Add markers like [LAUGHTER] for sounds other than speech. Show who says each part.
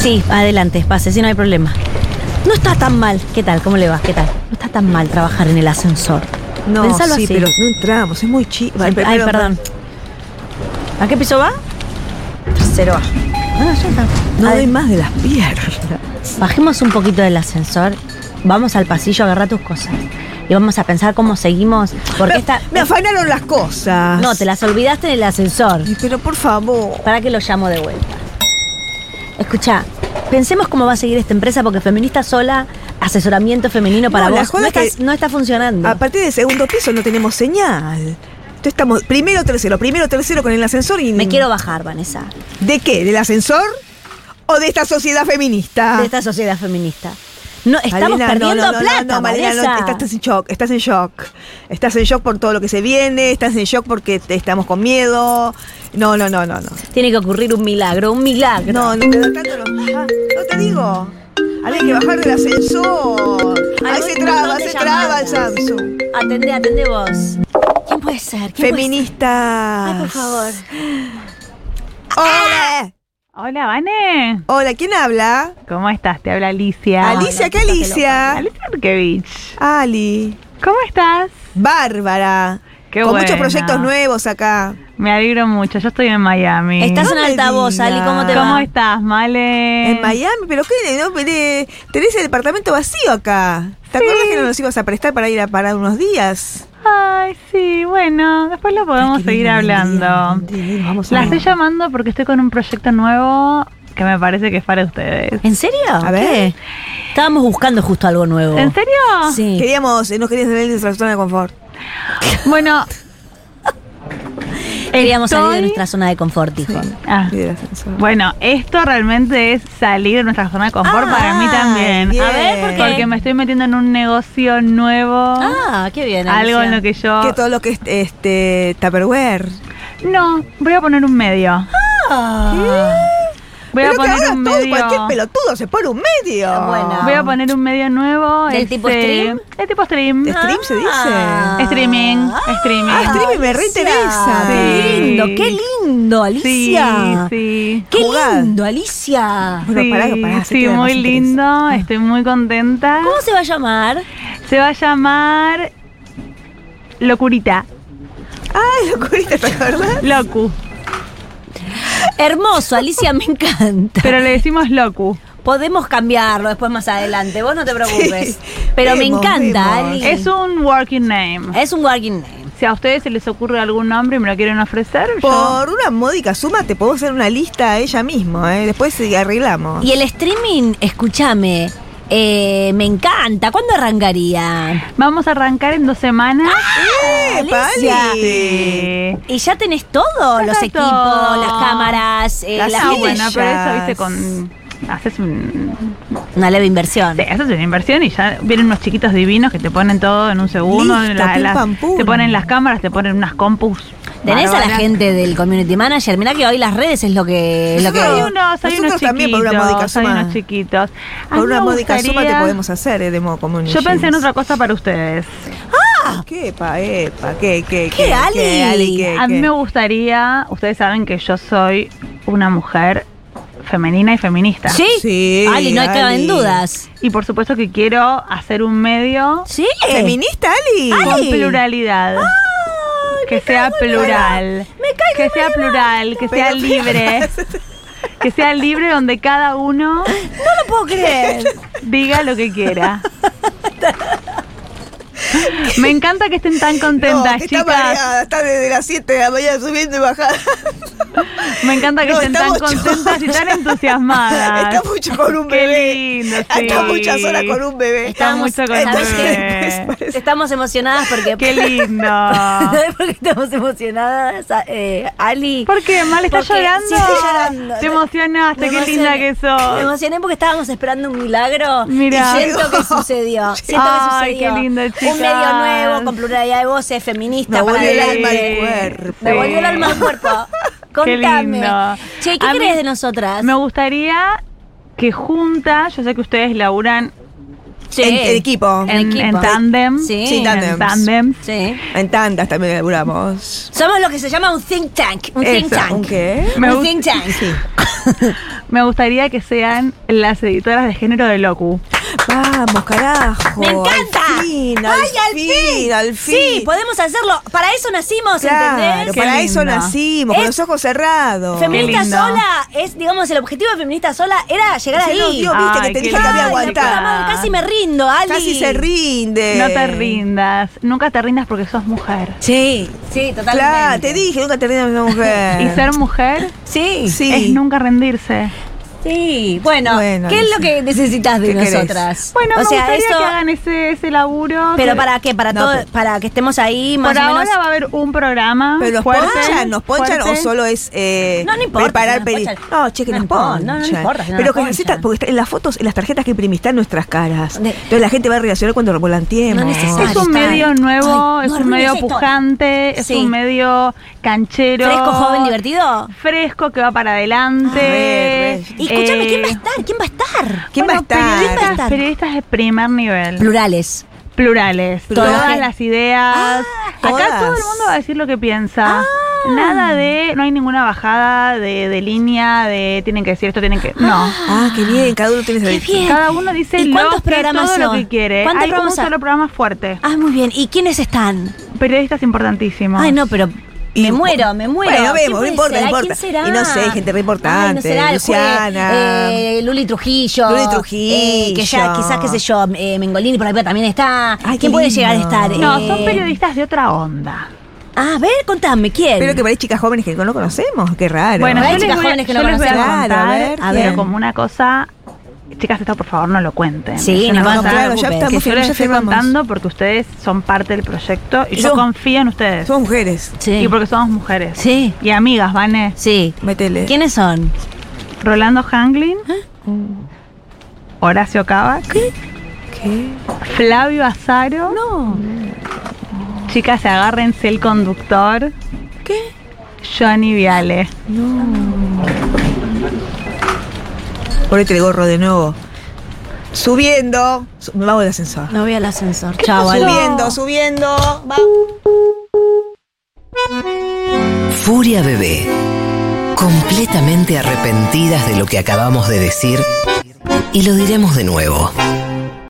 Speaker 1: Sí, adelante, pase, si no hay problema. No está tan mal. ¿Qué tal? ¿Cómo le va? ¿Qué tal? No está tan mal trabajar en el ascensor.
Speaker 2: No,
Speaker 1: Pensalo
Speaker 2: sí,
Speaker 1: así.
Speaker 2: pero no entramos, es muy chiva.
Speaker 1: Ay, ay, perdón. ¿A qué piso va? Tercero A. Ah, ya está.
Speaker 2: No
Speaker 1: Ade-
Speaker 2: doy más de las piernas.
Speaker 1: Bajemos un poquito del ascensor, vamos al pasillo, agarra tus cosas. Y vamos a pensar cómo seguimos. Porque
Speaker 2: Me-
Speaker 1: esta.
Speaker 2: Me afanaron las cosas.
Speaker 1: No, te las olvidaste en el ascensor.
Speaker 2: Ay, Pero por favor.
Speaker 1: ¿Para que lo llamo de vuelta? Escucha, pensemos cómo va a seguir esta empresa porque feminista sola, asesoramiento femenino para
Speaker 2: No, la
Speaker 1: vos, no,
Speaker 2: joda es que-
Speaker 1: estás- no está funcionando.
Speaker 2: A partir del segundo piso no tenemos señal. Entonces estamos primero tercero, primero tercero con el ascensor y.
Speaker 1: Me quiero bajar, Vanessa,
Speaker 2: ¿De qué? ¿Del ascensor? ¿O de esta sociedad feminista?
Speaker 1: de esta sociedad feminista. No, estamos
Speaker 2: Ah. Malena, no,
Speaker 1: perdiendo
Speaker 2: no, no,
Speaker 1: plata,
Speaker 2: No, no, Malena, no,
Speaker 1: Vanessa.
Speaker 2: estás en shock, estás en shock. Estás en shock por todo lo que se viene, estás en shock porque te- estamos con miedo. No, no, no, no, no.
Speaker 1: Tiene que ocurrir un milagro, un milagro.
Speaker 2: No, no te da tanto los- ah, no te digo. Había que bajar del ascensor.
Speaker 1: Ay, voy
Speaker 2: Ahí se
Speaker 1: con un
Speaker 2: traba,
Speaker 1: montón de
Speaker 2: se traba el
Speaker 1: llamadas.
Speaker 2: Samsung.
Speaker 1: Atendé, atendé vos. ¿Quién puede ser? ¿Quién puede ser?
Speaker 2: Feministas.
Speaker 1: Ay, por favor. Ah.
Speaker 2: Hola.
Speaker 3: Hola, Vane.
Speaker 2: Hola, ¿quién habla?
Speaker 3: ¿Cómo estás? Te habla Alicia.
Speaker 2: Alicia, ¿qué Alicia?
Speaker 3: Alicia Urkevich.
Speaker 2: Ali.
Speaker 3: ¿Cómo estás?
Speaker 2: Bárbara.
Speaker 3: Qué
Speaker 2: Con muchos
Speaker 3: buena.
Speaker 2: proyectos nuevos acá.
Speaker 3: Me alegro mucho. Yo estoy en Miami.
Speaker 1: Estás
Speaker 2: No
Speaker 1: en
Speaker 2: me
Speaker 1: altavoz,
Speaker 2: digas.
Speaker 1: Ali, ¿cómo te
Speaker 3: ¿Cómo
Speaker 1: va?
Speaker 3: estás,
Speaker 1: Eh.
Speaker 3: Male?
Speaker 2: En Miami, pero qué, no, Pero, tenés el departamento vacío acá. ¿Te acuerdas que no nos ibas a prestar para ir a parar unos días?
Speaker 3: Ay, sí, bueno. Después lo podemos
Speaker 2: Ay, qué
Speaker 3: seguir
Speaker 2: lindo,
Speaker 3: hablando.
Speaker 2: lindo, lindo, Vamos a
Speaker 3: La
Speaker 2: ver.
Speaker 3: estoy llamando porque estoy con un proyecto nuevo que me parece que es para ustedes.
Speaker 1: ¿En serio?
Speaker 2: A
Speaker 1: ¿Qué?
Speaker 2: ver.
Speaker 1: Estábamos buscando justo algo nuevo.
Speaker 3: ¿En serio?
Speaker 1: Sí.
Speaker 2: Queríamos, eh, no querías salir de nuestra zona de confort.
Speaker 3: Bueno.
Speaker 1: Queríamos salir de
Speaker 3: estoy-
Speaker 1: nuestra zona de confort, dijo.
Speaker 3: Ah.
Speaker 2: Y del ascensor.
Speaker 3: Bueno, esto realmente es salir de nuestra zona de confort
Speaker 1: Ah,
Speaker 3: para mí también.
Speaker 2: bien.
Speaker 3: A ver, ¿por qué? Porque me estoy metiendo en un negocio nuevo.
Speaker 1: Ah, qué bien.
Speaker 3: algo
Speaker 1: Alicia.
Speaker 3: en lo que yo.
Speaker 2: Que todo lo que es este Tupperware.
Speaker 3: No, voy a poner un medio.
Speaker 1: Ah.
Speaker 3: Voy
Speaker 2: Pero
Speaker 3: a
Speaker 2: que
Speaker 3: poner
Speaker 2: ahora
Speaker 3: un
Speaker 2: todo,
Speaker 3: medio. Ah,
Speaker 2: cualquier pelotudo se pone un medio.
Speaker 1: Bueno.
Speaker 3: Voy a poner un medio nuevo.
Speaker 1: ¿Del tipo stream? Este-
Speaker 3: El tipo stream.
Speaker 2: ¿De stream se dice?
Speaker 1: Ah.
Speaker 3: Streaming, streaming.
Speaker 2: Ah, streaming me reinteresa.
Speaker 1: Qué
Speaker 3: Sí.
Speaker 1: lindo, qué lindo, Alicia.
Speaker 3: Sí, sí.
Speaker 1: Qué
Speaker 2: Jugad.
Speaker 1: lindo, Alicia.
Speaker 2: Bueno,
Speaker 3: sí,
Speaker 2: pará, pará, se
Speaker 3: sí,
Speaker 2: queda más
Speaker 3: muy
Speaker 2: interesante.
Speaker 3: lindo. Estoy muy contenta.
Speaker 1: ¿Cómo se va a llamar?
Speaker 3: Se va a llamar Locurita.
Speaker 2: [LAUGHS] Ay, locurita, ¿te acordás?
Speaker 3: Locu.
Speaker 1: Hermoso, Alicia, me encanta.
Speaker 3: Pero le decimos Locu.
Speaker 1: Podemos cambiarlo después más adelante, vos no te preocupes.
Speaker 2: Sí.
Speaker 1: Pero me
Speaker 2: Vemos,
Speaker 1: encanta,
Speaker 2: vemos.
Speaker 1: Ali.
Speaker 3: Es un working
Speaker 2: Eh.
Speaker 3: name.
Speaker 1: Es un working name.
Speaker 3: Si a ustedes se les ocurre algún nombre y me lo quieren ofrecer, [LAUGHS] yo.
Speaker 2: Por una módica suma te puedo hacer una lista a ella misma, ¿eh? después eh, arreglamos.
Speaker 1: Y el streaming, escúchame, eh, me encanta. ¿Cuándo arrancaría?
Speaker 3: Vamos a arrancar en dos semanas.
Speaker 2: ¡Eh,
Speaker 1: Alicia!
Speaker 2: Pali!
Speaker 3: Eh,
Speaker 1: Y ya tenés todo,
Speaker 3: Ya
Speaker 1: los
Speaker 3: está
Speaker 1: equipos,
Speaker 3: todo.
Speaker 1: las cámaras, eh,
Speaker 2: Las
Speaker 1: las
Speaker 3: ah,
Speaker 2: sillas.
Speaker 3: bueno,
Speaker 1: sillas.
Speaker 3: pero eso, viste, con. Haces un.
Speaker 1: Una leve inversión.
Speaker 3: sí, haces una inversión y ya vienen unos chiquitos divinos que te ponen todo en un segundo.
Speaker 2: Listo, pim, pam, pum.
Speaker 3: te ponen las cámaras, te ponen unas compus.
Speaker 1: Tenés a la
Speaker 3: bárbaras.
Speaker 1: gente del community manager. Mirá que hoy las redes es lo que. es lo que-
Speaker 3: Hay unos, hay
Speaker 2: Nosotros
Speaker 3: unos
Speaker 2: también por
Speaker 3: chiquitos.
Speaker 2: una módica
Speaker 3: Hay
Speaker 2: suma.
Speaker 3: unos chiquitos. A mí
Speaker 2: Por una
Speaker 3: me
Speaker 2: módica suma te
Speaker 3: gustaría-
Speaker 2: podemos hacer eh, de modo común.
Speaker 3: Yo pensé en
Speaker 2: James.
Speaker 3: otra cosa para ustedes.
Speaker 2: ¿Qué, pa, epa? ¿Qué, qué, qué?
Speaker 1: ¿Qué, Ali?
Speaker 2: ¿Qué, ¿Qué,
Speaker 3: A mí
Speaker 2: qué?
Speaker 3: me gustaría, ustedes saben que yo soy una mujer femenina y feminista.
Speaker 1: ¿Sí?
Speaker 2: Sí,
Speaker 1: Ali, no hay que
Speaker 2: Ali.
Speaker 1: en dudas.
Speaker 3: Y por supuesto que quiero hacer un medio
Speaker 1: Sí.
Speaker 2: ¿Feminista, Ali?
Speaker 1: Ay.
Speaker 3: con pluralidad. que sea plural. que sea plural, que sea
Speaker 2: Pero-
Speaker 3: libre. que sea libre donde cada uno
Speaker 1: No lo puedo
Speaker 3: [LAUGHS]
Speaker 1: creer.
Speaker 3: diga lo que quiera. Me encanta que estén tan
Speaker 2: No,
Speaker 3: contentas,
Speaker 2: que está
Speaker 3: chicas.
Speaker 2: mareada, está desde las 7 de la mañana subiendo y bajando.
Speaker 3: Me encanta que
Speaker 2: No,
Speaker 3: estén tan
Speaker 2: estamos
Speaker 3: contentas y tan
Speaker 2: [LAUGHS]
Speaker 3: entusiasmadas.
Speaker 2: Está mucho con un
Speaker 3: Ah, Qué
Speaker 2: bebé.
Speaker 1: [LAUGHS]
Speaker 3: lindo,
Speaker 2: Está
Speaker 3: sí.
Speaker 2: muchas horas con un bebé.
Speaker 3: Está mucho con un
Speaker 2: Entonces,
Speaker 3: bebé.
Speaker 2: pues, parece-
Speaker 1: Estamos emocionadas porque. [LAUGHS]
Speaker 3: [LAUGHS] Qué lindo.
Speaker 1: ¿Sabes por qué estamos emocionadas, eh, Ali?
Speaker 3: ¿Por qué? Mal está
Speaker 1: Porque-
Speaker 3: llorando.
Speaker 1: sí, estoy llorando.
Speaker 3: Te emocionaste,
Speaker 1: Me
Speaker 3: qué
Speaker 1: emocioné.
Speaker 3: linda que
Speaker 1: Me
Speaker 3: sos.
Speaker 1: emocioné porque estábamos esperando un milagro.
Speaker 3: Mirá.
Speaker 1: Y siento que
Speaker 2: [LAUGHS]
Speaker 1: sucedió. Siento
Speaker 3: Ay,
Speaker 1: que sucedió.
Speaker 3: qué lindo, chicas.
Speaker 1: Un medio nuevo, con pluralidad de voces, feminista.
Speaker 2: Me
Speaker 1: para
Speaker 2: volvió el
Speaker 1: adelante.
Speaker 2: alma al cuerpo.
Speaker 1: Me volvió el alma al
Speaker 2: [LAUGHS]
Speaker 1: cuerpo.
Speaker 3: Qué
Speaker 1: Contame.
Speaker 3: lindo.
Speaker 1: Che, ¿qué
Speaker 3: A mí-
Speaker 1: crees de nosotras?
Speaker 3: Me gustaría que juntas, yo sé que ustedes laburan
Speaker 1: Sí.
Speaker 2: En, en equipo.
Speaker 1: En
Speaker 3: En,
Speaker 1: equipo.
Speaker 3: en tándem.
Speaker 1: Sí.
Speaker 2: Sí, tándems.
Speaker 3: En tándem.
Speaker 1: Sí.
Speaker 2: En tantas también laburamos.
Speaker 1: Somos lo que se llama un think tank. Un think
Speaker 2: Eso,
Speaker 1: tank.
Speaker 2: ¿un qué?
Speaker 3: Me
Speaker 1: un
Speaker 3: gust-
Speaker 1: think tank. Sí.
Speaker 3: Me gustaría que sean las editoras de género de Locu.
Speaker 2: Vamos, carajo.
Speaker 1: ¡Me encanta!
Speaker 2: Al fin, al,
Speaker 1: ¡Ay, al fin!
Speaker 2: al
Speaker 1: Sí,
Speaker 2: fin.
Speaker 1: podemos hacerlo. Para eso nacimos,
Speaker 2: claro,
Speaker 1: ¿entendés?
Speaker 3: Qué
Speaker 2: para eso
Speaker 3: lindo.
Speaker 2: nacimos, con
Speaker 1: Es-
Speaker 2: los ojos cerrados.
Speaker 1: Feminista
Speaker 3: lindo.
Speaker 1: sola es, digamos, el objetivo de feminista sola era llegar
Speaker 2: Se
Speaker 1: ahí.
Speaker 2: nos dio, viste,
Speaker 3: Ay,
Speaker 2: que te
Speaker 3: qué
Speaker 2: dije que
Speaker 1: Claro,
Speaker 2: había
Speaker 3: lindo.
Speaker 1: puta
Speaker 2: aguantado.
Speaker 1: madre, Casi me rindo, Ali.
Speaker 2: Casi se rinde.
Speaker 3: No te rindas. Nunca te rindas porque sos mujer.
Speaker 1: Sí, sí, totalmente.
Speaker 2: Claro, te dije, nunca te rindas una mujer.
Speaker 3: [LAUGHS] Y ser mujer
Speaker 1: Sí, sí.
Speaker 2: Sí.
Speaker 3: es nunca rendirse.
Speaker 1: Bueno,
Speaker 2: Bueno,
Speaker 1: ¿qué es lo
Speaker 2: no sé.
Speaker 1: que necesitas de
Speaker 2: ¿Qué querés?
Speaker 1: nosotras?
Speaker 3: Bueno,
Speaker 1: o
Speaker 3: me
Speaker 1: sea,
Speaker 3: gustaría
Speaker 1: esto.
Speaker 3: que hagan ese, ese laburo.
Speaker 1: Pero
Speaker 3: que-
Speaker 1: para qué, para
Speaker 2: No,
Speaker 1: todo,
Speaker 2: pero-
Speaker 1: para que estemos ahí más
Speaker 3: Por
Speaker 1: o
Speaker 3: ahora
Speaker 1: menos.
Speaker 3: va a haber un programa.
Speaker 2: Pero nos
Speaker 3: fuerte,
Speaker 2: ponchan, nos ponchan
Speaker 3: fuerte.
Speaker 2: o solo es eh,
Speaker 1: No, no importa,
Speaker 2: preparar
Speaker 1: no nos
Speaker 2: peli-
Speaker 1: ponchan.
Speaker 2: No, che, que
Speaker 1: No
Speaker 2: nos
Speaker 1: importa,
Speaker 2: ponchan.
Speaker 1: no, no importa, si no
Speaker 2: Pero
Speaker 1: nos
Speaker 2: que necesitas,
Speaker 1: ponchan.
Speaker 2: porque está- en las fotos, en las tarjetas que imprimís están nuestras caras.
Speaker 1: De-
Speaker 2: Entonces la gente va a reaccionar cuando volanteemos.
Speaker 1: No es necesario.
Speaker 3: Es un
Speaker 1: Está-
Speaker 3: medio nuevo,
Speaker 1: Ay,
Speaker 3: es
Speaker 1: no
Speaker 3: un medio
Speaker 1: arruines esto.
Speaker 3: pujante, es
Speaker 1: Sí.
Speaker 3: un medio canchero.
Speaker 1: Fresco, joven, divertido.
Speaker 3: Fresco que va para adelante.
Speaker 2: Re, re.
Speaker 1: Y escúchame, ¿quién va a
Speaker 3: Eh,
Speaker 1: estar? ¿Quién va a estar?
Speaker 2: ¿Quién
Speaker 3: bueno,
Speaker 2: va a estar?
Speaker 1: ¿Quién va a
Speaker 3: Periodistas,
Speaker 1: estar?
Speaker 3: periodistas de primer nivel.
Speaker 1: Plurales.
Speaker 3: Plurales.
Speaker 2: Plurales.
Speaker 3: Todas las
Speaker 1: Ah,
Speaker 3: ideas.
Speaker 2: todas.
Speaker 3: Acá todo el mundo va a decir lo que piensa.
Speaker 1: Ah.
Speaker 3: Nada de, no hay ninguna bajada de, de línea, de tienen que decir esto, tienen que... No.
Speaker 2: Ah, qué bien, cada uno tiene
Speaker 1: Qué
Speaker 2: su-
Speaker 1: bien.
Speaker 3: Cada uno dice
Speaker 1: ¿Y
Speaker 3: lo
Speaker 1: cuántos
Speaker 3: que-
Speaker 1: programas
Speaker 3: todo lo
Speaker 1: son?
Speaker 3: que quiere.
Speaker 1: ¿Cuántos
Speaker 3: Hay un
Speaker 1: programas son?
Speaker 3: solo programa fuerte.
Speaker 1: Ah, muy bien. ¿Y quiénes están?
Speaker 3: Periodistas importantísimos.
Speaker 1: Ay, no, pero
Speaker 2: Y-
Speaker 1: me muero, me muero.
Speaker 2: Bueno, vemos,
Speaker 1: ¿Quién
Speaker 2: no
Speaker 1: puede
Speaker 2: importa,
Speaker 1: ser?
Speaker 2: no
Speaker 1: Ay,
Speaker 2: importa.
Speaker 1: ¿Quién será?
Speaker 2: Y no sé, gente re
Speaker 1: Ay, no
Speaker 2: importante,
Speaker 1: será, el juez,
Speaker 2: Luciana.
Speaker 1: eh, Luli Trujillo.
Speaker 2: Luli Trujillo.
Speaker 1: eh, que ya, quizás, qué sé yo, eh, Mengolini por ahí también está.
Speaker 2: Ay, qué
Speaker 1: ¿Quién puede
Speaker 2: lindo.
Speaker 1: llegar a estar?
Speaker 3: No,
Speaker 1: Eh,
Speaker 3: son periodistas de otra onda.
Speaker 1: Ah, a ver, contame, ¿quién?
Speaker 2: Pero que parece chicas jóvenes que no conocemos, qué raro.
Speaker 3: Bueno,
Speaker 1: Hay
Speaker 3: yo les
Speaker 1: chicas
Speaker 3: voy a,
Speaker 1: jóvenes que
Speaker 3: yo
Speaker 1: no
Speaker 3: les voy a
Speaker 2: conocen.
Speaker 3: contar,
Speaker 2: Claro, a ver,
Speaker 1: a
Speaker 3: pero
Speaker 1: ver.
Speaker 3: como una cosa... Chicas, esto por favor no lo cuenten.
Speaker 1: Sí,
Speaker 3: Es
Speaker 1: no,
Speaker 3: una
Speaker 1: no,
Speaker 3: cosa
Speaker 1: claro, ya
Speaker 3: que
Speaker 1: estamos-
Speaker 3: yo les
Speaker 2: ya
Speaker 3: estoy
Speaker 2: firmamos.
Speaker 3: contando porque ustedes son parte del proyecto y yo,
Speaker 2: Yo-
Speaker 3: confío en ustedes.
Speaker 2: Somos mujeres,
Speaker 1: Sí.
Speaker 3: Y porque somos mujeres.
Speaker 1: Sí.
Speaker 3: Y amigas, Vane.
Speaker 1: Sí.
Speaker 2: métele.
Speaker 1: ¿Quiénes son?
Speaker 3: Rolando Hanglin.
Speaker 1: ¿Eh?
Speaker 3: Horacio Cava.
Speaker 2: ¿Qué?
Speaker 3: Flavio Azaro.
Speaker 1: No.
Speaker 3: Chicas, agárrense el conductor.
Speaker 1: ¿Qué?
Speaker 3: Johnny Viale.
Speaker 2: Ponete el gorro de nuevo. Subiendo. Su- Me bajo el ascensor.
Speaker 1: No voy al ascensor. Chao, Ale.
Speaker 2: Subiendo, subiendo. Va.
Speaker 4: Furia Bebé. Completamente arrepentidas de lo que acabamos de decir y lo diremos de nuevo.